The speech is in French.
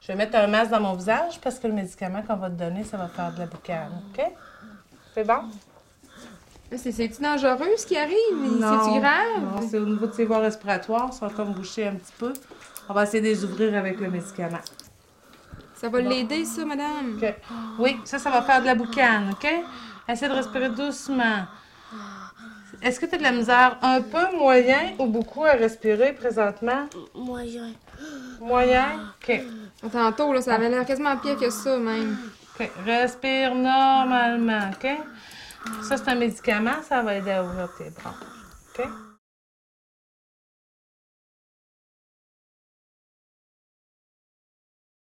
Je vais mettre un masque dans mon visage parce que le médicament qu'on va te donner, ça va faire de la boucane, OK? C'est bon? C'est- C'est-tu dangereux ce qui arrive? C'est-tu Non, grave? c'est au niveau de ses voies respiratoires, sont comme bouchées un petit peu. On va essayer de les ouvrir avec le médicament. Ça va l'aider, ça, madame? OK. Oui, ça, ça va faire de la boucane, OK? Essaie de respirer doucement. Est-ce que tu as de la misère un peu, moyen ou beaucoup à respirer présentement? Moyen. Moyen? OK. Tantôt, là, ça avait l'air quasiment pire que ça, même. OK. Respire normalement, OK? Ça, c'est un médicament, ça va aider à ouvrir tes bronches. OK?